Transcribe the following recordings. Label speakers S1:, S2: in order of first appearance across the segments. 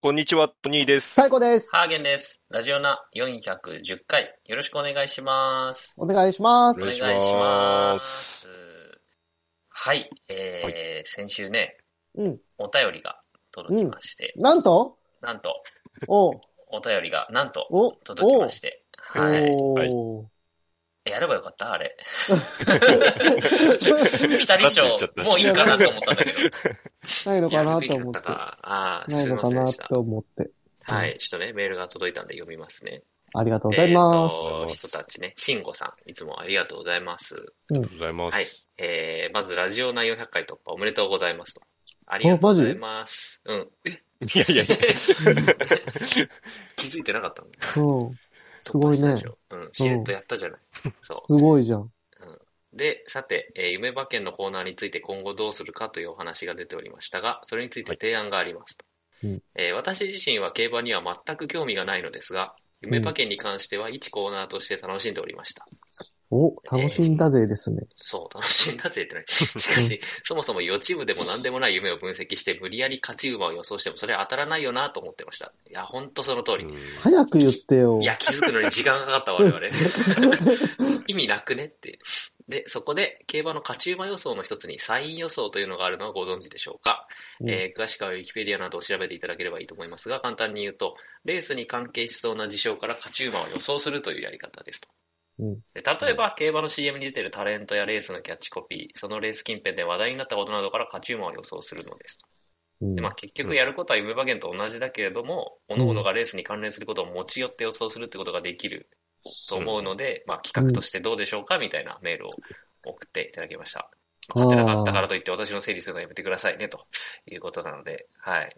S1: こんにちは、トニーです。
S2: 最高です。
S3: ハーゲンです。ラジオナ410回、よろしくお願いします。
S2: お願いしま
S3: お
S2: す。
S1: よろ
S3: 願
S1: しく
S3: いし
S1: お願いしま
S3: ますす。はい、えー先週ね、
S2: うん。
S3: お便りが届きまして、
S2: なんと
S3: なんと、
S2: おう
S3: お便りがなんと
S2: お
S3: 届きまして、はい。
S2: お
S1: はい
S2: ー
S3: やればよかったあれ。
S2: な
S3: ピタリ賞
S1: なんて言っちゃった、
S3: もういいかなと思ったんだけど。
S2: いのか
S3: やる
S2: な
S3: べ
S2: と
S3: きだ
S2: 思
S3: っ
S2: ったて。
S3: か。ああ、
S2: ない
S3: すい
S2: の
S3: ま
S2: か
S3: せん
S2: な
S3: でした。
S2: と思って。
S3: はい、ちょっとね、メールが届いたんで読みますね。
S2: ありがとうございます。
S3: えーと人たちね、シンゴさん、いつもありがとうございます。
S1: ありがとうございます。
S3: はい。えー、まず、ラジオ内400回突破おめでとうございますと。ありがとうございます。うん。 え
S1: いやいや いや。
S3: 気づいてなかったの
S2: うん。すごい
S3: 突破
S2: ね
S3: したでし。ょうん。しれっとやったじゃない。
S2: す
S3: そ
S2: ごいじゃん。
S3: う。で、さて、えー夢馬券のコーナーについて今後どうするかというお話が出ておりましたが、それについて提案がありますと。
S2: はいうん
S3: えー私自身は競馬には全く興味がないのですが、夢馬券に関しては一コーナーとして楽しんでおりました。
S2: お、楽しんだぜですね。
S3: そう、楽しんだぜってね。しかし、そもそも予知夢でも何でもない夢を分析して、無理やり勝ち馬を予想しても、それは当たらないよなと思ってました。いや、ほんとその通り。
S2: 早く言ってよ
S3: い。や、気づくのに時間がかかった我々。 意味なくねって。で、そこで、競馬の勝ち馬予想の一つに、サイン予想というのがあるのはご存知でしょうか、
S2: うん
S3: えー詳しくはウィキペディアなどを調べていただければいいと思いますが、簡単に言うと、レースに関係しそうな事象から勝ち馬を予想するというやり方ですと。
S2: うん
S3: で例えば、競馬の CM に出てるタレントやレースのキャッチコピー、そのレース近辺で話題になったことなどから勝ち馬を予想するのですと。
S2: うん
S3: でまあ、結局やることは夢馬券と同じだけれども、
S2: ん
S3: 各々がレースに関連することを持ち寄って予想するってことができると思うので、まあ、企画としてどうでしょうかみたいなメールを送っていただきました。まあ勝てなかったからといって私の整理するのはやめてくださいねということなので、はい。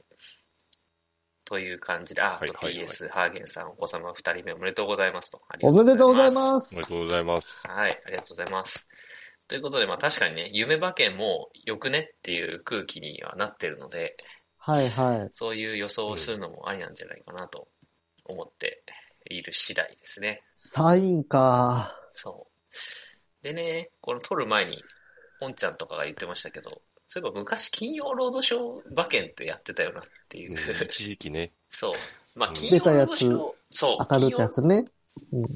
S3: という感じで、あ、あと
S1: はいはいはい
S3: PS、ハーゲンさん、お子様2人目おめでとうございますと。ありが
S2: おめでとうござい
S3: す。
S2: ます
S1: おめ。でとうございます。
S3: はい、ありがとうございます。ということで、まあ確かにね、夢馬券もよくねっていう空気にはなってるので、
S2: はいはい。
S3: そういう予想をするのもありなんじゃないかなと思っている次第ですね。
S2: サインか。
S3: そう。でね、この撮る前に、本ちゃんとかが言ってましたけど、そういえば昔金曜ロードショー馬券ってやってたよなっていうう。
S1: ん一時期ね。
S3: そう。まあ
S1: うん
S3: 金曜ロードショー、そう。
S2: 当たるってや
S3: 金
S2: つね。
S3: 曜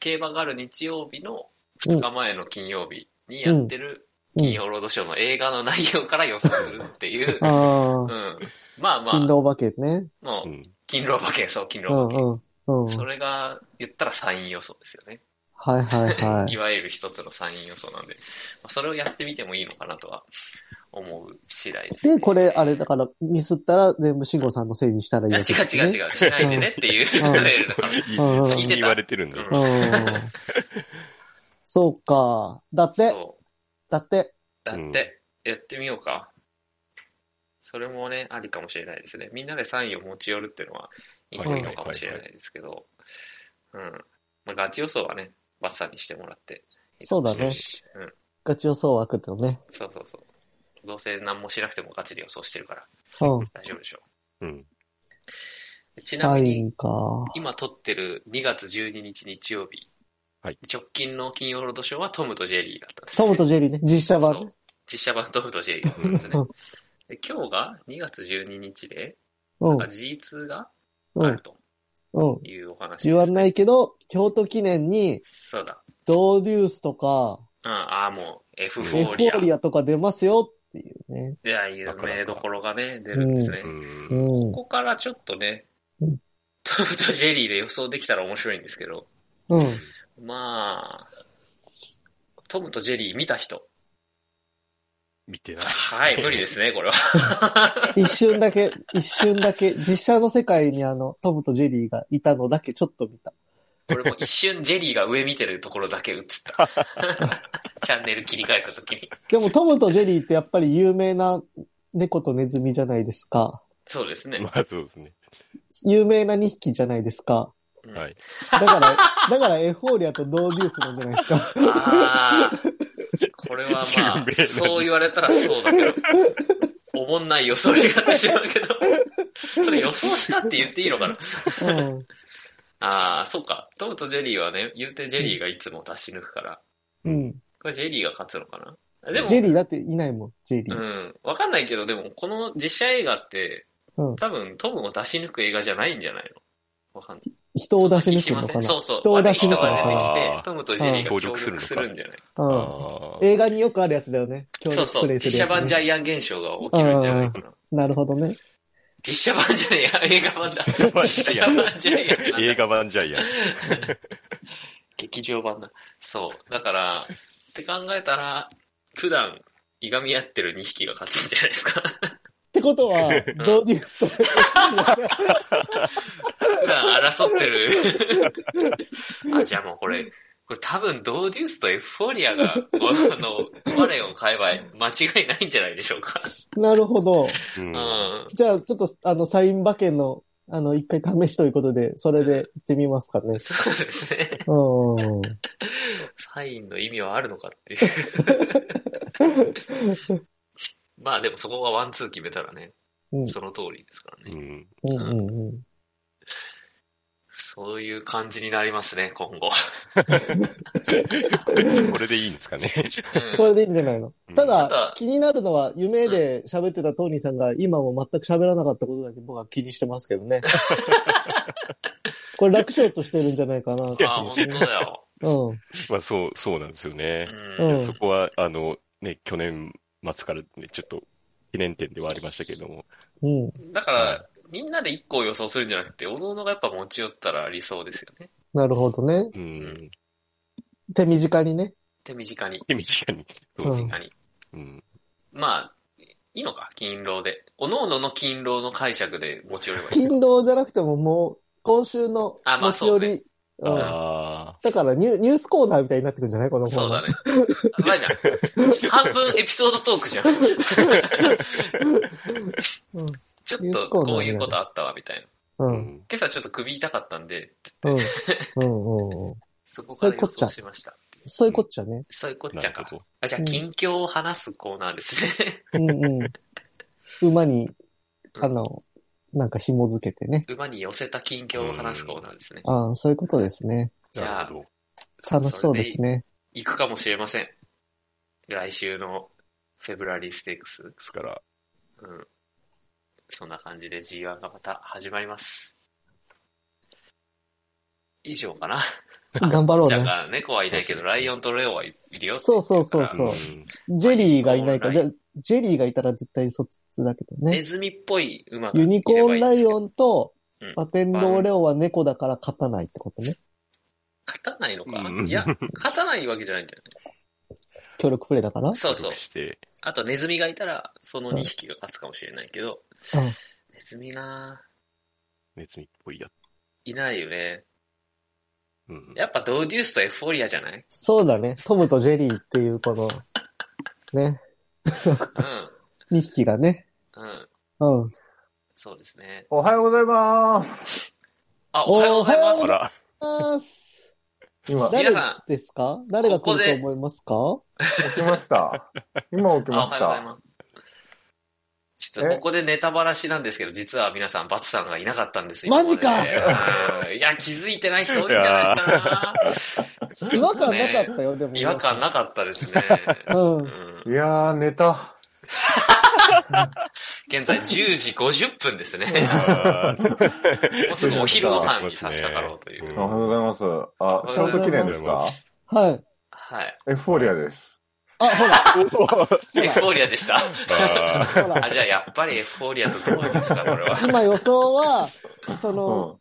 S3: 競馬がある日曜日の2日前の金曜日にやってる
S2: う
S3: 金
S2: ん。。
S3: 曜ロードショーの映画の内容から予想するっていう
S2: あ
S3: う
S2: あ。
S3: ん。まあま
S2: 勤
S3: あ、
S2: 労馬券ね。
S3: も
S1: う
S3: う、
S1: ん。
S3: 金労馬券、そう、金
S2: うん
S3: 労馬
S2: う
S3: 券。
S2: ん。うん。
S3: それが、言ったらサイン予想ですよね。
S2: はいはいはいい。
S3: わゆる一つのサイン予想なんで、まあそれをやってみてもいいのかなとは思う次第です、ね。
S2: で、これ、あれ、だから、ミスったら全部慎吾さんのせいにしたらいい
S3: いや、
S2: や
S3: 違
S2: つ
S3: う
S2: ですね、
S3: 違う違う、しないでねっていう
S2: うん
S3: レールだから。
S2: うん うん
S3: 聞いてた
S1: 言われてるんだ。
S3: う
S2: うん。そうか。だって、
S3: そう。
S2: だって、
S3: だって、やってみようか。それもね、ありかもしれないですね。みんなでサインを持ち寄るっていうのは、いいのかもしれないですけど、うん。まあ、ガチ予想はね、バッサリしてもらって。
S2: そうだね。
S3: うん。
S2: ガチ予想枠ってのね。
S3: そうそうそう。どうせ何もしなくてもガチで予想してるから、
S2: うん。
S3: 大丈夫でしょ
S1: うん。
S3: う。ちな
S2: サ
S3: み
S2: イ
S3: に、
S2: ンか。
S3: 今撮ってる2月12日日曜日、
S1: はい
S3: 直近の金曜ロードショーはトムとジェリーだったんです、
S2: トムとジェリーね。実写版
S3: そ
S2: ね
S3: う。実写版トムとジェリーだったんですね
S2: うん。
S3: で今日が2月12日で、
S2: うん
S3: なんか。G2 が
S2: う
S3: あ
S2: ん
S3: る。と
S2: うん。
S3: いうお話
S2: 言わ
S3: です。
S2: ないけど、京都記念に、
S3: そうだ。
S2: ドーデュースとか、
S3: うん、ああ、もう、エフフ
S2: エ
S3: ォ
S2: フフ
S3: ーリア。
S2: ォーリアとか出ますよっていうね。
S3: いや、有名どころがね、出るんですね。
S1: うん
S2: うん。
S3: ここからちょっとね、
S2: うん
S3: トムとジェリーで予想できたら面白いんですけど、
S2: うん。
S3: まあ、トムとジェリー見た人。
S1: 見てない。
S3: はい、無理です ね、これは。
S2: 一瞬だけ、一瞬だけ、実写の世界にあの、トムとジェリーがいたのだけちょっと見た。
S3: 俺も一瞬ジェリーが上見てるところだけ映った。 チャンネル切り替えた時に。
S2: でもトムとジェリーってやっぱり有名な猫とネズミじゃないですか。
S3: そうですね。
S1: まあそうですね。
S2: 有名な2匹じゃないですか。
S3: うん
S1: はい。
S2: だ から、だからエフフォーリアとドーデュースなんじゃないですか。
S3: ああ、これはま
S1: 有名
S3: あ、
S1: な
S3: そう言われたらそうだけど、おもんない予想になってしまうけど、それ予想したって言っていいのかな
S2: うん。
S3: ああ、そうか。トムとジェリーはね、言うてジェリーがいつも出し抜くから、
S2: うん。
S3: これジェリーが勝つのかなあでも
S2: ジ、ェリーだっていないもん、ジェリ
S3: う
S2: ー。
S3: ん、わかんないけど、でもこの実写映画って、
S2: うん
S3: 多分、トムを出し抜く映画じゃないんじゃないのわかんない。
S2: 人を出し抜くのかな
S3: そうそう。
S2: 人を出し抜くの
S3: 人が
S1: ま
S3: 出
S1: あ
S3: てき
S2: か
S3: て、トムとジェリーが
S1: うん
S3: 協力するんじゃない
S2: な。うん
S1: あー
S2: 映画によくあるやつだよね。協
S3: そう
S2: 力
S3: そ
S2: プ
S3: う。
S2: レイす
S3: 実
S2: るやつね
S3: 写版ジャイアン現象が起きるんじゃないかな。
S2: なるほどね。
S3: 実写版じゃねえや、映画版だ。
S1: 画版
S3: 実
S1: ジャイ
S3: 写
S1: アン
S3: 版じゃねえや。
S1: 映画版ジャイアン。
S3: 劇場版だ。そう。だから、って考えたら、普段、いがみ合ってる2匹が勝つんじゃないですか。
S2: ってことは、ドデュースと。
S3: 普段争って る。あ、じゃあもうこれ、これ多分ドーデュースとエフフォーリアが、この、バレオンを買えば間違いないんじゃないでしょうか。
S2: なるほど。
S1: う
S3: うんん。
S2: じゃあ、ちょっと、あの、サイン馬券の、あの、一回試しということで、それで行ってみますかね。
S3: そうですね。
S2: うん。
S3: サインの意味はあるのかっていう。まあでもそこがワンツー決めたらね、
S2: うん
S3: その通りですからね。
S1: うん
S2: うんうんうん。
S3: そういう感じになりますね、今後。
S1: これでいいんですかね。
S3: うん
S2: これでいいんじゃないの
S1: うん
S2: た
S3: ま
S2: だ
S3: た、
S2: 気になるのは、夢で喋ってたトーニーさんが今も全く喋らなかったことだけ僕は気にしてますけど ね。これ楽勝としてるんじゃないかなってい
S3: ああ、
S2: う
S3: 本当だよ。
S2: うん。
S1: まあそう、そうなんですよね。
S3: う
S2: うん
S3: ん。
S1: そこは、あの、ね、去年末からね、ちょっと記念点ではありましたけども。
S2: うん。
S3: だから、みんなで一個を予想するんじゃなくて、おのおのがやっぱ持ち寄ったら理想ですよね。
S2: なるほどね。
S1: うん。
S2: 手短にね。
S3: 手短に、
S1: 手短に。そう
S3: 手
S1: ですね。
S3: 短に。
S1: うん。
S3: まあ、いいのか、勤労で。おのおのの勤労の解釈で持ち寄ればいい。
S2: 勤労じゃなくてももう、今週の
S3: あまあ
S2: 持ち寄
S3: そう
S2: り。うん
S1: あ
S2: だからニュニュースコーナーみたいになってくるんじゃないこのコーナー
S3: そうだね。やばいじゃん。半分エピソードトークじ ゃ
S2: う
S3: ん。
S2: ん。
S3: ちょっとこういうことあったわ、みたいな。
S2: う。
S1: あ。うんん。
S3: 今朝ちょっと首痛かったんで、
S2: うん。うん。うん。
S3: そこから予想しました。
S2: そういうこっちゃね。
S3: そういうこっ
S1: な
S3: ちゃ
S1: る
S3: か
S1: ほ。ど。
S3: あじゃあ、近況を話すコーナーですね。
S2: うんうん。馬に、あの、なんか紐付けてね。
S3: 馬に寄せた近況を話すコーナーですね。
S2: ああ、そういうことですね。
S3: じゃ
S1: な
S3: あ
S1: る、ほど。
S2: 楽しそうです
S3: れ
S2: ね。
S3: 行くかもしれません。来週のフェブラリーステークス。
S1: ですから、
S3: うん。そんな感じで G1 がまた始まります。以上かな。
S2: 頑張ろう
S3: じゃ
S2: ね。
S3: あ、猫はいないけど、ライオンとレオはいるよ。
S2: そうそうそう
S3: あ
S2: そうう。
S1: ん
S2: ジェリーがいないか
S3: ユ
S2: じ
S3: ニ
S2: ゃジェリーがいたら絶対そっちだけど
S3: ネ
S2: ね。
S3: ズミっぽい馬が
S2: ユニコーンライ
S3: ン。
S2: オンと
S3: うん、
S2: バテンローレオは猫だから勝たないってことね。
S3: 勝たないのか、
S1: うん
S3: いや、勝たないわけじゃないんじゃ ない
S2: 協力プレイだから。
S3: そうそ
S1: 努
S3: う
S1: 力。して、
S3: あとネズミがいたら、その2匹が勝つかもしれないけど、ネズミが
S1: ネズミっぽいやつ。
S3: いないよね。
S1: うん。
S3: やっぱドーデュースとエフフォーリアじゃない
S2: そうだね。トムとジェリーっていうこの、ね、
S3: う
S2: 2匹がね。
S3: ん。うん。
S2: うん。
S3: そうですね。
S4: おはようございます。
S3: あ、おはようござい
S2: お
S1: あ
S3: ま
S2: は
S1: ら、
S2: あーす
S4: 今、起
S2: 誰
S3: 皆さ
S2: ですか誰が来ると思いますか
S4: きました。今起き
S3: す。あ、お
S4: ま
S3: はようご
S4: し
S3: ざい
S4: た。
S3: ます。ちょっとここでネタバラシなんですけど、実は皆さん、バツさんがいなかったんですよ。
S2: マジか
S3: ここでうんいや、気づいてない人多いんじゃないかな。
S2: 違和感なかったよ、でも。
S3: 違和感なかったですね。
S2: う。
S3: うんん
S4: いやー、寝た。
S3: 現在10時50分ですね。
S1: あー
S3: もうすぐお昼ご飯に差し掛かろうという。
S1: うん
S4: おはようございます。あ、ちゃんと綺麗で
S1: おはようござい
S4: す
S1: ま
S4: か
S2: はい。
S3: はい。
S4: エフフォーリアです。
S2: あ、ほら、
S3: エフフォーリアでした。
S1: あー
S2: ほら。
S3: あ、じゃあやっぱりエフフォーリアとどうですか、これは。
S2: 今予想は、そうの、
S4: ん。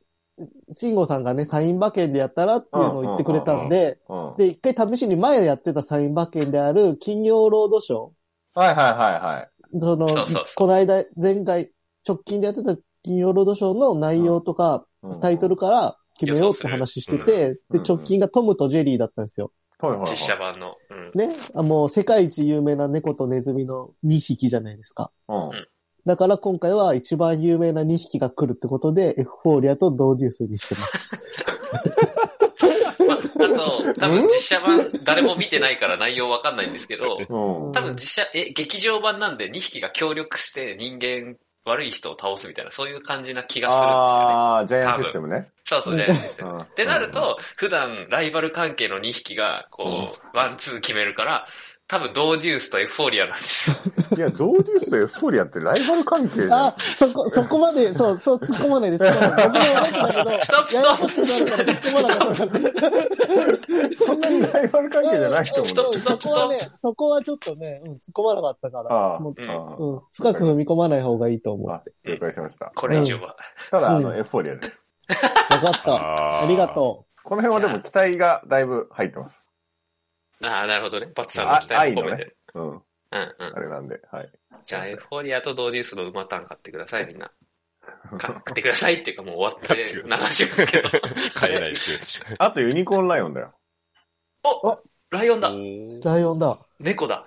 S2: 慎吾さんがね、サイン馬券でやったらっていうのを言ってくれたんで、
S4: うん。はい
S2: で、一回試しに前やってたサイン馬券である、金曜ロードショ
S4: はいはいはい。
S2: ー。その、
S3: そうそうそう
S2: この間、前回、直近でやってた金曜ロードショーの内容とか、
S4: うん
S2: タイト。ルから決めようって話してて、
S4: う
S2: で、
S4: ん
S2: 直近がトムとジェリーだったんですよ。
S4: はいはいはい。
S3: 実写版の。うん。
S2: ね。あもう、世界一有名な猫とネズミの2匹じゃないですか。
S4: うん。
S2: だから今回は一番有名な2匹が来るってことで、エフフォーリアとドーデュースにしてます。
S3: まあ、あと、多分実写版、誰も見てないから内容わかんないんですけど、
S4: うん。
S3: 多分実写、え、劇場版なんで2匹が協力して人間、悪い人を倒すみたいな、そういう感じな気がするんですよね。
S4: あー、ジャイアンシステムね。
S3: そうそう、じゃないですね。
S4: うん
S3: ってなると、普段ライバル関係の2匹が、こう、ワンツー決めるから、多分、ドーデュースとエフフォーリアなんですよ。
S4: いや、ドーデュースとエフフォーリアってライバル関係じゃん
S2: あ、そこ、そこまで、そう、そう、突っ込まないで、突っ 込まないで。僕も思ったんだけど、
S3: ストップストップ
S2: ップ
S4: そんなにライバル関係じゃないと思う
S3: ストッ
S4: ん
S3: プ
S4: だ
S3: ストップ
S2: そこはね、そこはちょっとね、うん、突っ込まなかったから、
S4: ああ
S2: もう
S3: うん
S4: あ
S2: うん、深く踏み込まない方がいいと思う。
S4: あ
S2: わ
S4: あ、了解しました。
S3: これ以上は。
S4: ただ、あ
S2: う
S4: の、
S2: ん
S4: エフフォーリアです。
S2: かった。
S1: あ
S2: ありがと
S4: この辺はでも期待がだいぶ入ってます。
S3: ああ、なるほどね。バツさんの期待も込めて。
S4: うん。
S3: うんうん
S4: あ。れなんで、はい。
S3: じゃあ、エフフォーリアとドーデュースの馬タン買ってください、みんな。買ってくださいっていうか、もう終わって流しますけど。
S1: 買えないですよ。
S4: あとユニコーンライオンだよ。
S3: おおライオンだ
S1: うん
S2: ライオンだ。
S3: 猫だ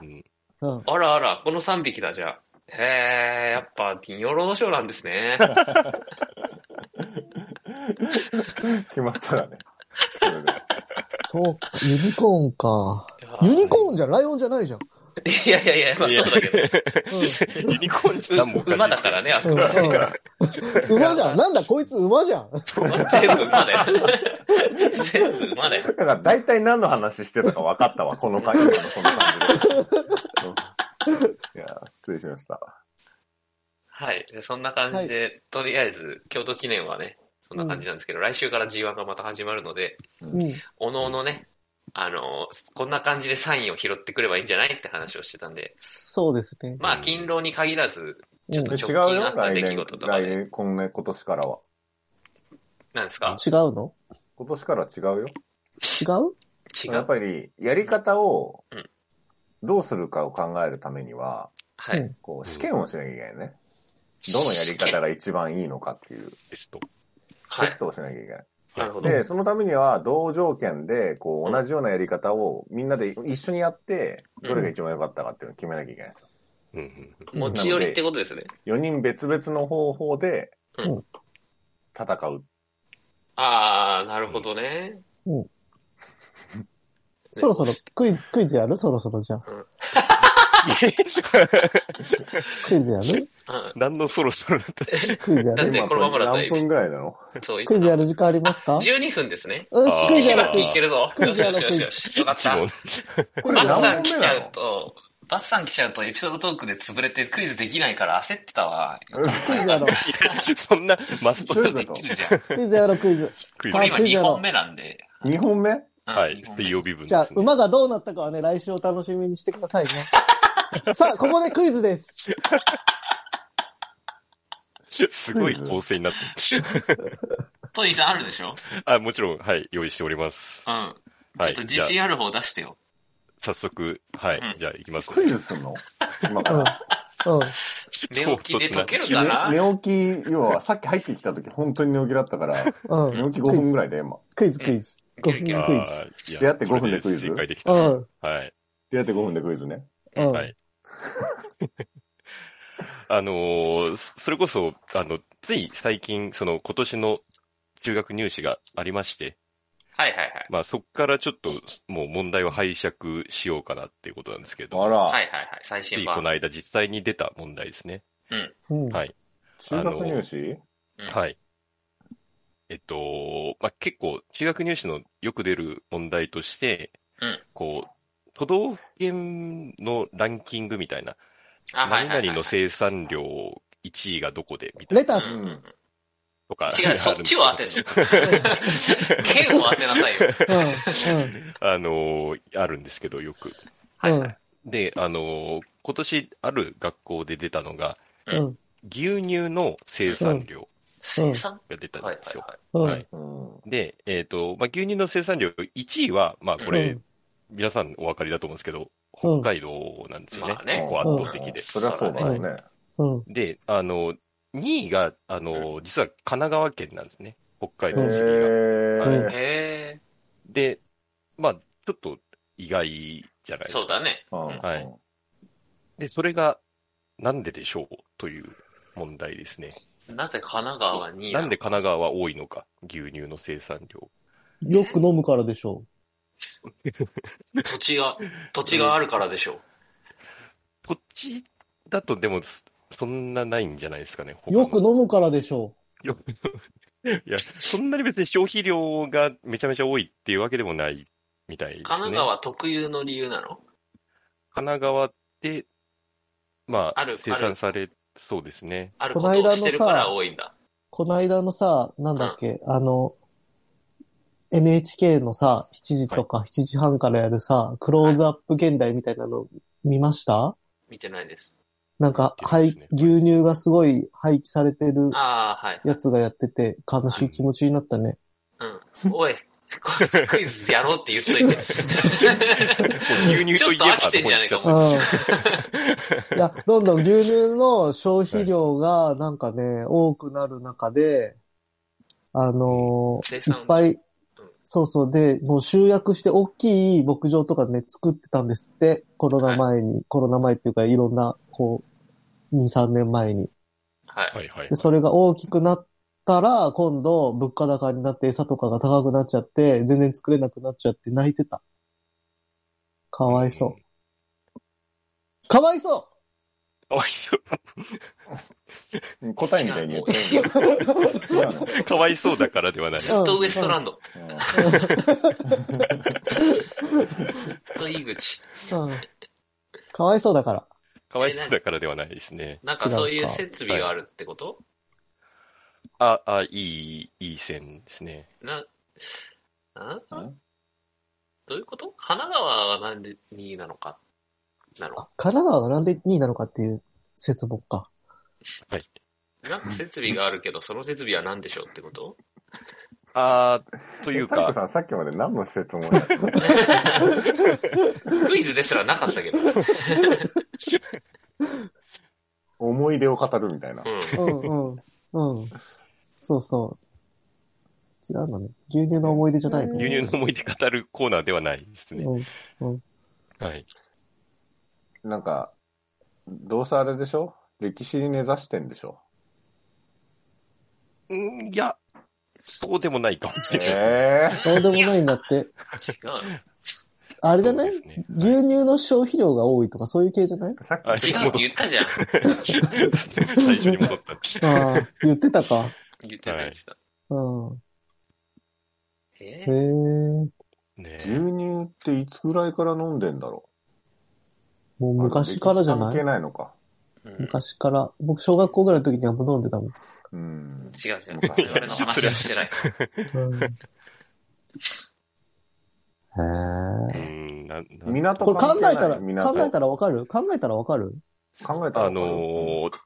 S2: うん。
S3: あらあら、この3匹だ、じゃあ。へえ、やっぱ、金曜ロードショーなんですね。
S4: 決まったらね。それで
S2: そうか、ユニコーンか。ユニコーンじゃん、ライオンじゃないじゃん。
S3: いやいやいや、まあそうだけど。
S1: ユニコーンじゃんもん
S3: う馬だからね、あ
S2: う
S3: く
S2: ん。う
S3: ま
S2: ん
S3: で。
S2: うん馬じゃん。なんだ、こいつ馬じゃん。
S3: 全部馬だよ。 全部馬だよ。
S4: だから大体何の話してたか分かったわ、この回のこの感じで。うんいや、失礼しました。
S3: はい。でそんな感じで、とりあえず、京都記念はね、そんな感じなんですけど、来週から G1 がまた始まるので、
S2: うん。
S3: おのおのね、あの、こんな感じでサインを拾ってくればいいんじゃないって話をしてたんで、
S2: そうですね。
S3: まあ、勤労に限らず、
S2: うん
S3: ちょっと
S4: 違
S3: 直近
S4: う
S3: あ
S4: よ
S3: っ、た
S4: 来
S3: 出来
S4: 年
S3: 事、とか
S4: 来
S3: で、
S4: 年、今年、今年からは。
S3: なんですか
S2: 違うの
S4: 今年からは違うよ。
S2: 違う
S3: 違
S4: やっ
S3: う
S4: ぱり、やり方を
S3: うん、
S4: どうするかを考えるためには、
S3: は
S2: う
S3: い
S2: ん。
S4: こう、試験をしなきゃいけないね。どのやり方が一番いいのかっていう、
S1: ですと。
S3: は
S4: テ
S3: い
S4: ス。トをしなきゃいけない。
S3: なるほど。
S4: で、そのためには、同条件で、こう、同じようなやり方をみんなで一緒にやって、どれが一番良かったかっていうのを決めなきゃいけない。
S1: うんうん
S3: 持ち寄りってことですね。
S4: 4人別々の方法で
S3: うん、
S4: 戦う。
S3: あー、なるほどね。
S2: そろそろクイズ、クイズやるそろそろじゃあ。クイズやる
S3: うん。
S1: 何のそろそろだ った
S2: クイズや
S3: だっ
S2: る
S3: て
S4: 今
S3: このままだと
S4: 何分ぐらいなの
S3: そう、
S2: クイズやる時間ありますか
S3: 12分ですね。
S2: よし、クイズ
S3: 1
S2: やろ
S3: 問
S1: あ
S2: う
S3: でいけるぞ。
S2: クイ
S3: よ
S2: ズ
S3: し
S2: や
S3: よ
S2: ろう
S3: しよしよし。よかっ
S1: 一
S3: た。
S1: 問
S4: こ
S3: バ
S4: 何
S3: ッ
S4: 本目
S3: サ
S4: な
S3: ン
S4: の
S3: 来ちゃうと、バッサン来ちゃうとエピソードトークで潰れてクイズできないから焦ってたわ。
S2: クイズやろう。
S1: そんなマスト
S4: どう
S1: し
S4: い
S1: た
S4: うこと
S3: できるじゃん。
S2: クイズやろう、クイズ。
S1: クイズ
S3: これ
S2: はい
S3: 今
S2: クイズ
S3: 2
S2: やろう
S3: 本目なんで。
S4: ?2 本目
S3: うん
S1: はい
S3: 二。本目
S1: 水曜日分
S2: じゃ
S1: で
S2: あ、
S1: すね。
S2: 馬がどうなったかはね、来週お楽しみにしてくださいね。 さあ、ここでクイズです。
S1: すごい構成になってる。
S3: トニーさんあるでしょ
S1: あ、もちろん、はい、用意しております。
S3: うん。ち
S1: は
S3: ょっ
S1: い
S3: と。
S1: じ
S3: 自
S1: ゃあ、
S3: 信ある方出してよ。
S1: 早速、は
S3: うん
S1: い。じゃあ、行きます。
S4: クイズす んの今か
S2: うん。う
S4: ら
S2: ん。。
S3: 寝起きで解けるかな
S4: 寝寝起き、要はさっき入ってきた時本当に寝起きだったから、
S2: うん。
S4: 寝起き5分ぐらいで今。
S2: クイズ、クイズ。
S3: い
S2: ク
S3: け
S2: イ
S3: る
S2: ズ
S3: い
S2: 5
S3: ける
S2: 分
S1: あ
S2: クイ
S1: ー
S2: ズ。
S1: いや
S4: 出会って5分でクイズ
S1: 正解でき
S2: う
S1: た。
S2: ん。
S1: はい。
S4: 出会って5分でクイズね。
S2: うん。
S1: はい あのーそれこそ、あの、つい最近、その、今年の中学入試がありまして、
S3: はいはいはい。
S1: まあ、そこからちょっと、もう問題を拝借しようかなっていうことなんですけど、
S4: あら、
S3: はいはいはい。最
S1: つ
S3: 新
S1: いこ
S3: 版。
S1: の間実際に出た問題ですね。
S2: うん。
S1: はい
S4: 中学入試
S3: うん
S1: はい。えっと、まあ、結構、中学入試のよく出る問題として、
S3: うん
S1: こう、都道府県のランキングみたいな、
S3: あ、はい
S1: 何
S3: はいは
S1: 々
S3: い
S1: の。生産量1位がどこで、みたいな、
S2: レタ
S3: う
S2: ス。
S3: ん
S4: うん
S1: とか。
S3: 違う、そっちを当てん の。剣を当てなさい
S2: うん。
S3: よ。
S2: うん。
S1: あのーあるんですけど、よく。
S3: はい
S2: うん
S3: はい。
S1: で、あのー今年ある学校で出たのが、
S2: うん。
S1: 牛乳の生産量
S3: 生産
S1: が出たん
S3: はい
S1: です
S3: はい
S1: よ。
S3: はい。
S2: うん。
S1: はい
S4: うん。
S1: で、えっ、と、まあ、牛乳の生産量1位は、まあ、これ、皆さんお分かりだと思うんですけど、
S2: う
S1: 北
S2: ん
S1: 海道なんですよね。
S3: まあね
S1: 結構圧倒的で。
S4: そりゃそうだよね。
S2: うん。うん。
S1: で、あの、2位が、あの、実は神奈川県なんですね。北海
S4: へ
S1: 道の次が。
S4: ー
S2: うん
S3: へえ、
S1: で、まあ、ちょっと意外じゃないですか。
S3: そうだね。
S4: うん
S1: はいで、それが、なんででしょうという問題ですね。
S3: なぜ神奈川に
S1: なんで神奈川は多いのか、牛乳の生産量。
S2: よく飲むからでしょ
S3: 土地が、土地があるからで しょう。
S1: 土地だとでも、そんなないんじゃないですかね。他
S2: う。
S1: の
S2: よく飲むからでしょ
S1: よく飲むいや、そんなに別に消費量がめちゃめちゃ多いっていうわけでもないみたいですね。
S3: 神奈川特有の理由なの
S1: 神奈川で、まあ、
S3: ある
S1: 生産され、そうですね。
S3: あることをしてるから多いんだ。
S2: この間のさ、なんだっけ、あの、NHK のさ、7時とか7時半からやるさ、クローズアップ現代みたいなの見ました
S3: 見てないです。
S2: なんか、はい、
S1: 見てないですね
S2: 牛乳がすごい廃棄されてる
S3: ああ、はい。
S2: やつがやってて、悲しい気持ちになった ね。
S3: うん。おい、こいつクイズやろうって言っといて。
S1: 牛乳といえば
S3: ちょっと飽きてんじゃねえか
S1: どこ
S2: う。
S1: に行っちゃうん
S2: いや、どんどん牛乳の消費量がなんかね、多くなる中で、あのー
S3: 生
S2: い
S3: 産
S2: っぱい、そうそう、で、もう集約して大きい牧場とかね、作ってたんですって、コロナ前に、コロナ前っていうかいろんな、こう、2、3年前に。
S3: はい。
S1: はいはい
S2: で、。それが大きくなったら、今度、物価高になって餌とかが高くなっちゃって、全然作れなくなっちゃって泣いてた。かわいそう。かわいそ
S1: かわいそ
S4: 答えみたいに言って
S3: 違う
S4: る。違う の
S1: う。かわいそうだからではない。
S3: ずっとウエストランド。
S4: うん
S3: ずっと井口。
S2: う、うん、かわいそうだから。
S1: かわいそうだからではないですね。
S3: なんかそういう設備があるってこと
S1: あ、あ、いい、いい線ですね。
S3: な、なんどういうこと神奈川がなんで2位なのかなの
S2: 神奈川がなんで2位なのかっていう説もか。
S1: はい。
S3: なんか設備があるけど、その設備は何でしょうってこと
S1: あー、という
S4: サック
S1: か、
S4: さん、さっきまで何の施設もやってた
S3: クイズですらなかったけど。 うん。
S4: 思い出を語るみたいな。
S2: うんうん。うん。そうそう。違うのね。牛乳の思い出じゃないの
S1: 牛乳の思い出語るコーナーではないですね。
S2: うん。
S1: はい。
S4: なんか、どうせあれでしょ歴史に根ざしてんでし ょ
S1: うん、いや、そうでもないかもしれない。
S4: ええ
S2: そうでもないんだって。
S3: 違うの
S2: あれじゃない
S1: そうですね
S2: 牛乳の消費量が多いとかそういう系じゃない
S4: さっき
S1: あ
S3: 違うって言ったじゃん。
S1: 最初に戻った。
S2: ああ、言ってたか。
S3: 言ってた言ってた。
S2: うん。
S3: え
S2: へえ。
S1: ね
S4: 牛乳っていつぐらいから飲んでんだろ
S2: もう
S4: う
S2: 昔からじゃな
S4: 関係
S2: い
S4: ないのか。
S3: うん
S2: 昔から。僕、小学校ぐらいの時にはもう飲んでたもん。
S4: うん。
S3: 違う違う。我々 の話はしてない。
S2: うん、へ
S1: う
S2: え。
S1: ん、な、な、
S4: 港
S2: これ考
S4: 関
S2: え
S4: 係ない
S2: たら、
S4: 港
S2: 考えたらわかる考えたらわかる
S4: 考えたら。
S1: あのー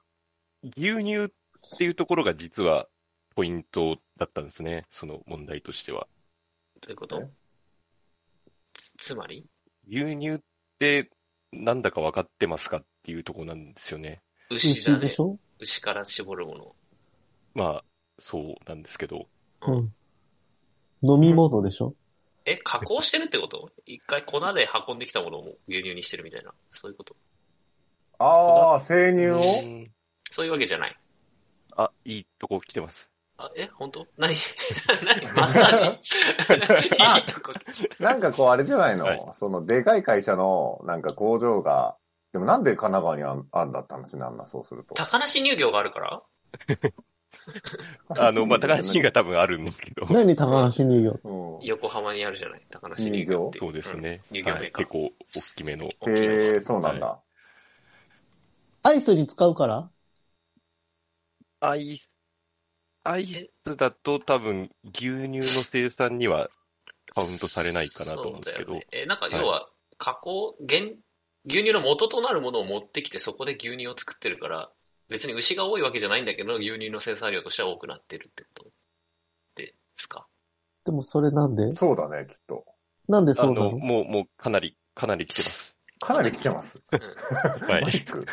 S1: 牛乳っていうところが実はポイントだったんですね。その問題としては。
S3: ということ
S4: え
S3: つつまり
S1: 牛乳ってなんだか分かってますかっていうところなんですよね。
S3: 牛だ
S2: 牛で
S3: ね
S2: し。ょ
S3: 牛から絞るもの。
S1: まあ、そうなんですけど。
S2: うん。飲み物でしょ
S3: え、加工してるってこと一回粉で運んできたものを牛乳にしてるみたいな。そういうこと。
S4: ああ、生乳を
S1: うん
S3: そういうわけじゃない。
S1: あ、いいとこ来てます。
S3: あ、え、本当？ 何何マッサージいいとこ。
S4: なんかこう、あれじゃないの、
S1: はい
S4: その、でかい会社の、なんか工場が、でもなんで神奈川にああんだったんですね、あんな、そうすると。
S3: 高梨乳業があるから
S1: あの、まあ、高橋が多分あるんですけど。
S2: 何高梨乳業。
S4: うん。へ
S3: 横浜にあるじゃない高梨乳業ってい
S1: そうです。ね。
S3: うん乳業
S1: は
S3: メ
S1: い
S3: ーカー
S1: 結構大きめの。
S3: うん大きいの
S4: え、そうなんだ。
S2: アイスに使うから
S1: アイス、アイスだと多分牛乳の生産にはカウントされないかなと思うんですけ
S3: そ
S1: ど
S3: だよ。ねえ、なんか
S1: はい
S3: 要は、加工、原、牛乳の元となるものを持ってきて、そこで牛乳を作ってるから、別に牛が多いわけじゃないんだけど、牛乳の生産量としては多くなってるってことですか
S2: でもそれなんで
S4: そうだね、きっと。
S2: なんで
S1: あ
S2: そうな
S1: の、
S2: の
S1: もう、もうかなり、かなり来てます。
S4: かなり来てます。
S1: は
S4: マ
S1: い。
S4: イク。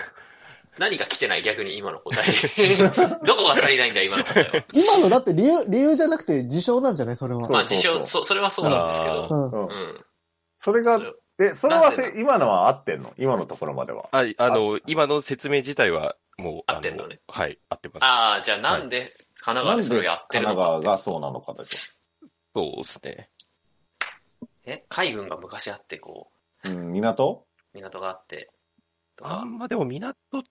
S3: 何か来てない逆に今の答 え。どこが足りないんだ今の答えは。
S2: 今のだって理由、理由じゃなくて事象なんじゃないそれは。
S4: そう
S3: まあ自称、そ、それはそうなんですけど。
S2: う
S4: うん
S3: う。ん。
S4: それが
S3: それ、
S4: え、それは
S3: なぜ
S4: せ、今のは合ってんの今のところまでは。
S1: はい、あの、今の説明自体は、もう、あ
S3: 合ってんのね
S1: はい、合ってます。
S3: ああ、じゃあなんで神奈
S4: な
S3: 川
S4: ん
S3: で
S4: で
S3: それを
S4: 神
S3: やってる
S4: 奈
S3: のか
S4: 川がそうなのかでし
S1: そうですね。
S3: え、海軍が昔あって、こ
S4: ょ。うん、港
S3: う、港があって、と
S1: あ
S3: か、
S1: んまでも港
S3: じ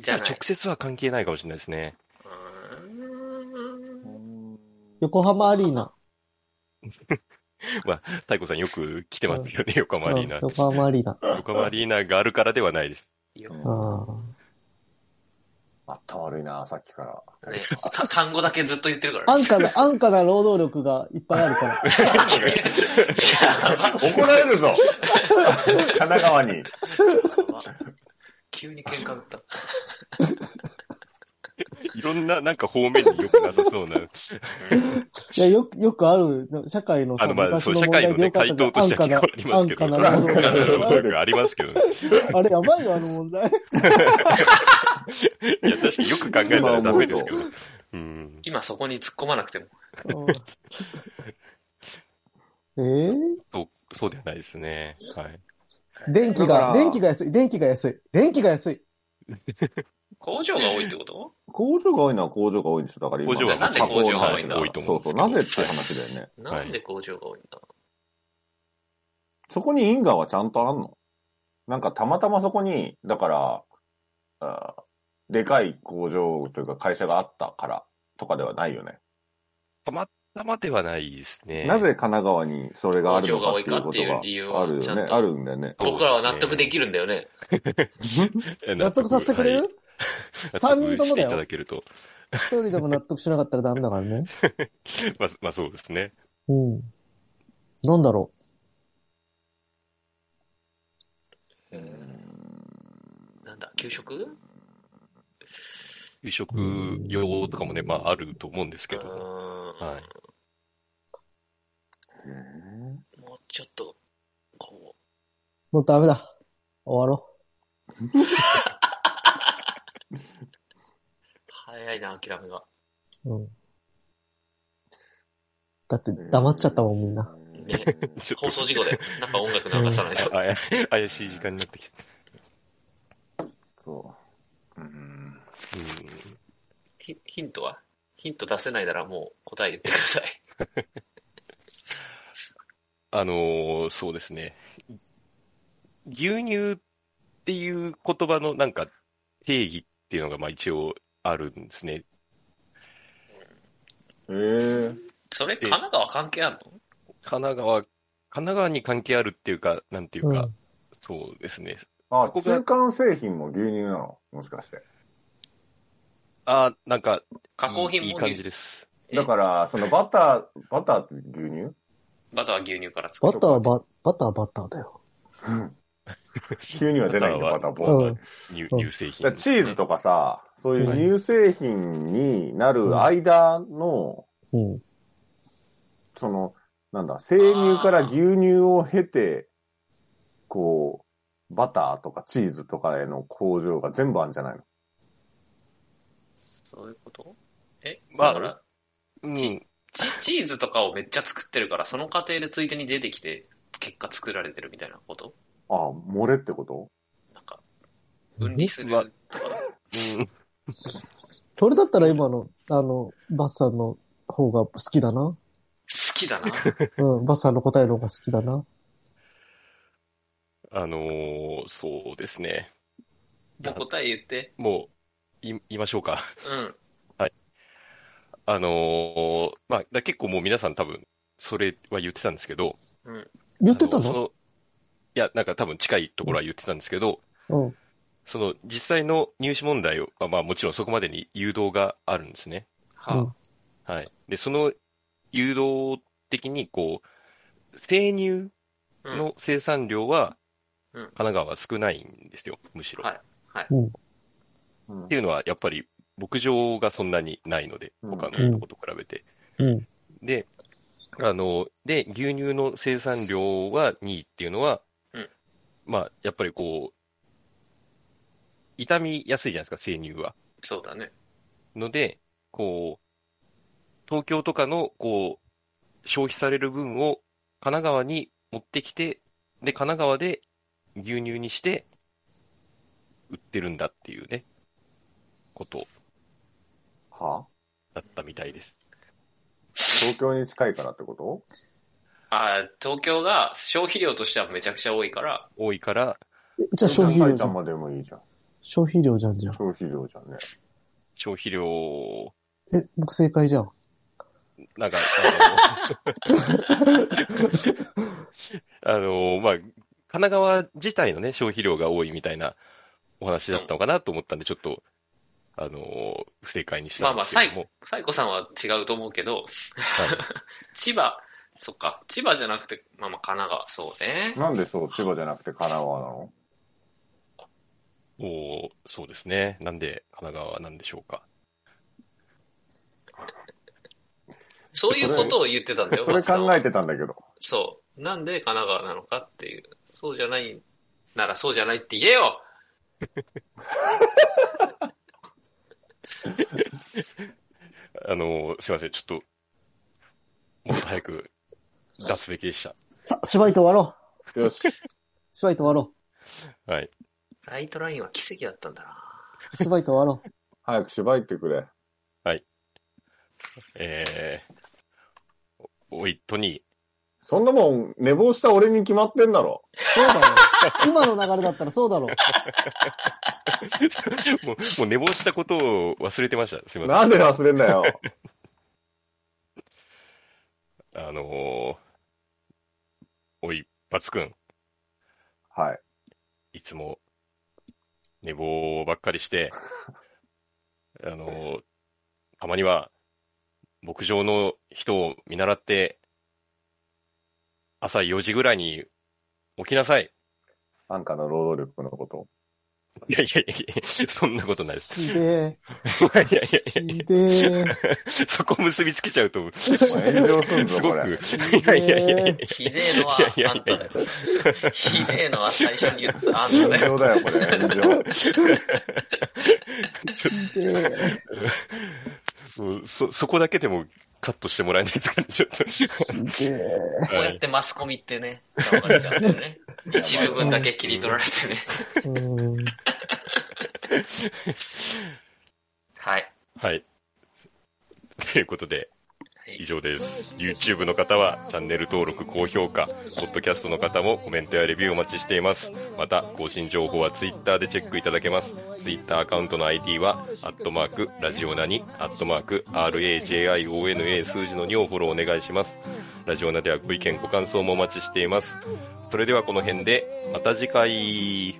S1: じ
S3: ゃ
S1: ゃ
S3: ない
S1: 直。接は関係ないかもしれないですね。
S3: うーん
S2: 横浜アリーナ。
S1: まあ、太鼓さんよく来てますよね、横浜アリーナ。
S2: 横浜アリーナ。
S1: 横浜アリーナがあるからではないです。
S4: うん
S2: あ
S4: 頭悪いな、さっきから。
S3: ね、た単語だけずっと言ってるか
S2: あ。
S3: ら、
S2: 安価 な、安価な労働力がいっぱいあるから。
S4: 怒られ るぞ神奈川に。
S3: 急に喧嘩打った。
S1: いろんな、なんか方面によくなさそうな。
S2: いや、よく、よくある、社会のさ
S1: あの、まあ、
S2: 昔
S1: そう、社会のね、回
S2: 問題でよ
S1: 答と
S2: か
S1: して
S2: った
S1: は
S2: じゃ
S1: 結
S2: ん
S1: 構ありますけど。
S2: 安価な、安価な労
S1: なんか能
S2: 働力。
S1: 力ありますけどね。
S2: あれ、やばいよ、あの問題。
S1: いや、確かによく考えたらダメですけどね。うん。
S3: 今そこに突っ込まなくても。
S2: うんえ え
S1: そう、そうではないですね。はい。
S2: 電気
S4: だか
S2: が、
S4: ら
S2: 電気が安い、電気が安い、電気が安い。
S3: 工場が多いってこと
S4: 工場が多いのは工場が多いんですよ。だから今
S1: 工場は
S3: なんで工場が多いんだ
S1: 多いと
S4: そ
S1: 思
S4: うそう。なぜって話だよね。
S3: なんで工場が多いんだ、
S4: そこに因果はちゃんとあんのなんかたまたまそこに、だから、あーでかい工場というか会社があったからとかではないよね。
S1: たまたまではないですね。
S4: なぜ神奈川にそれがあるのかっていうこ
S3: 工
S4: と
S3: 場が多いかっ
S4: が
S3: ていう理由
S4: あ
S3: は
S4: る
S3: ち
S4: よ
S3: ゃん
S4: ね。
S3: と
S4: あるんだよね。
S3: 僕らは納得できるんだよね。
S1: え
S2: 納得させてくれ
S1: はい
S2: る三人とも
S1: 納得してい
S2: だよ
S1: ただけると。
S2: 一、人でも納得しなかったらダメだからね。
S1: まあ、まあそうですね。
S2: うん。なんだろ
S3: なんだ、給食
S1: 給食用とかもね、まああると思うんですけ
S3: う
S1: ど。
S3: ーん
S1: はい。
S3: もうちょっと、こ
S2: う。もうダメだ。終わろ
S3: う、早いな、諦めが。
S2: う。うん。だって黙っちゃったもん、みんな。
S3: ね
S1: ちょっと
S3: 放送事故で、なんか音楽流 さないと。
S1: あや怪しい時間になってきた。
S4: そう。うん
S1: うん
S3: ヒヒントはヒント出せないならもう答え言ってください。
S1: あのーそうですね。牛乳っていう言葉のなんか定義っていうのがまあ一応あるんですね。
S4: えー、
S3: それ、神奈川関係あるの
S1: 神奈川、神奈川に関係あるっていうか、なんていうか、そうですね。
S4: あ
S1: こ、こが
S4: 中間製品も牛乳なのもしかして。
S1: あなんか、
S3: 加工品も
S1: いいいい感じです。
S3: え
S4: だから、そのバター、バターって牛乳
S3: バターは牛乳から作
S2: バ
S3: る。
S2: ッターはバ、バッターはバッターだよ。
S4: 牛乳は出ないんだ、バ
S1: バ
S4: タ
S1: ターは
S4: ーボ
S2: うん
S4: ーン。
S1: 乳
S2: うん
S1: 乳製
S4: だ
S1: 品、
S4: からチーズとかさ、そう
S2: はい
S4: いう乳製品になる間の、
S2: うん。
S4: その、なんだ、生乳から牛乳を経て、こう、バターとかチーズとかへの工場が全部あるんじゃないの
S3: そういうことえ
S1: ま
S3: だ
S1: あ
S3: から
S1: うん。
S3: チ、チーズとかをめっちゃ作ってるから、その過程でついでに出てきて、結果作られてるみたいなこと
S4: ああ、漏れってこと
S3: なんか、分離す
S1: うわ
S3: る。
S1: うん
S2: それだったら今の、あの、バッサンの方が好きだな。
S3: 好きだな。
S2: うん、バッサンの答えの方が好きだな。
S1: あのーそうですね。
S3: もう答え言って。
S1: もう、い、言いましょうか。
S3: うん。
S1: あのーまあ、だ結構もう皆さん多分、それは言ってたんですけど。
S3: うん。
S2: 言ってた
S1: あそ
S2: の
S1: のいや、なんか多分近いところは言ってたんですけど、
S2: うん。
S1: その実際の入試問題を、まあまあもちろんそこまでに誘導があるんですね。
S3: はあ、
S1: はい。で、その誘導的に、こう、生乳の生産量は、
S3: うん
S1: 神奈川は少ないんですよ、むしろ。
S3: はい
S4: うん
S1: っていうのは、やっぱり牧場がそんなにないので、
S4: うん
S1: 他のとこと比べて。
S2: うん。
S1: で、あの、で、牛乳の生産量は2位っていうのは、
S3: うん
S1: まあ、やっぱりこう、傷みやすいじゃないですか、生乳は。
S3: そうだね。
S1: ので、こう、東京とかの、こう、消費される分を神奈川に持ってきて、で、神奈川で牛乳にして、売ってるんだっていうね、こと
S4: は
S1: だったみたいです。
S4: 東京に近いからってこと
S3: あー東京が消費量としてはめちゃくちゃ多いから、
S1: 多いから、
S2: じゃあ消費量
S4: 埼
S2: じゃん。
S4: 玉でもいいじゃん。
S2: 消費量じゃんじゃん。
S4: 消費量じゃんね。
S1: 消費量、
S2: え、僕正解じゃん。
S1: なんか、 あの、あのまあ、神奈川自体のね、消費量が多いみたいなお話だったのかなと思ったんで、ちょっと、あの、不正解にした
S3: まあ
S1: ん
S3: ま
S1: で
S3: あ、
S1: すけ
S3: サ
S1: ど
S3: イ
S1: も。、
S3: サイコさんは違うと思うけど、
S1: はい
S3: 千葉、そっか、千葉じゃなくて、まあまあ神奈川、そうね。
S4: なんでそう、千葉じゃなくて神奈川なの
S1: おーそうですね。なんで神奈川なんでしょうか。
S3: そういうことを言ってたんだよ、
S4: それ
S3: 松さんは
S4: 考えてたんだけど。
S3: そう。なんで神奈川なのかっていう。そうじゃない、ならそうじゃないって言えよ
S1: あの、すいません。ちょっと、もっと早 く出すべきでした。
S2: さ、芝居と終わろう。
S4: よし。
S2: 芝居と終わろ
S1: はい。
S3: ライトラインは奇跡だったんだな。
S2: う。芝居と終わろう。
S4: 早く芝居ってくれ。
S1: えー、おい、トニ
S4: そんなもん、寝坊した俺に決まってんだ ろ。
S2: そうだろう。今の流れだったらそうだろう。
S1: ー。 もう、もう寝坊したことを忘れてました。すいません。
S4: なんで忘れんだ よ。
S1: あのーおい、バツくん、
S4: はい。
S1: いつも寝坊ばっかり して、あのーたまには牧場の人を見習って、朝4時ぐらいに起きなさい。
S4: 安価の労働力のこと。
S1: いやいやいやいや、そんなことない です。
S2: ひで
S1: いやいやい
S2: え、
S1: やい
S2: ひでえ、
S1: や、そこ結びつけちゃうと、
S4: お前炎 上すんぞ、
S1: すご
S4: こ
S1: く
S4: れ。、
S1: いやいやいやいや、
S3: ひでえのはい
S1: やいや
S3: あ
S1: い
S3: ん
S1: や
S3: ただよ。ひでえのは最初に言ったあんた
S4: 炎
S3: だよ。
S4: 上だよ、これ。炎上。
S2: ひでえ。
S1: うんそ、そこだけでもカットしてもらえないですかね、ちょっと。
S2: で
S3: こうやってマスコミってね、頑張れちゃうんだよね。一部分だけ切り取られてね。
S2: うん。
S3: はい。
S1: はい。ということで、
S3: はい
S1: 以上です。YouTube の方はチャンネル登録、高評価、Podcast の方もコメントやレビューお待ちしています。また、更新情報は Twitter でチェックいただけます。Twitter アカウントの ID は、アットマーク、ラジオナに、アットマーク、RAJIONA 数字の2をフォローお願いします。ラジオナではご意見、ご感想もお待ちしています。それではこの辺で、また次回。
S5: A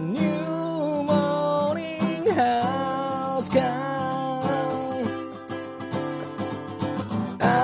S5: new morning has come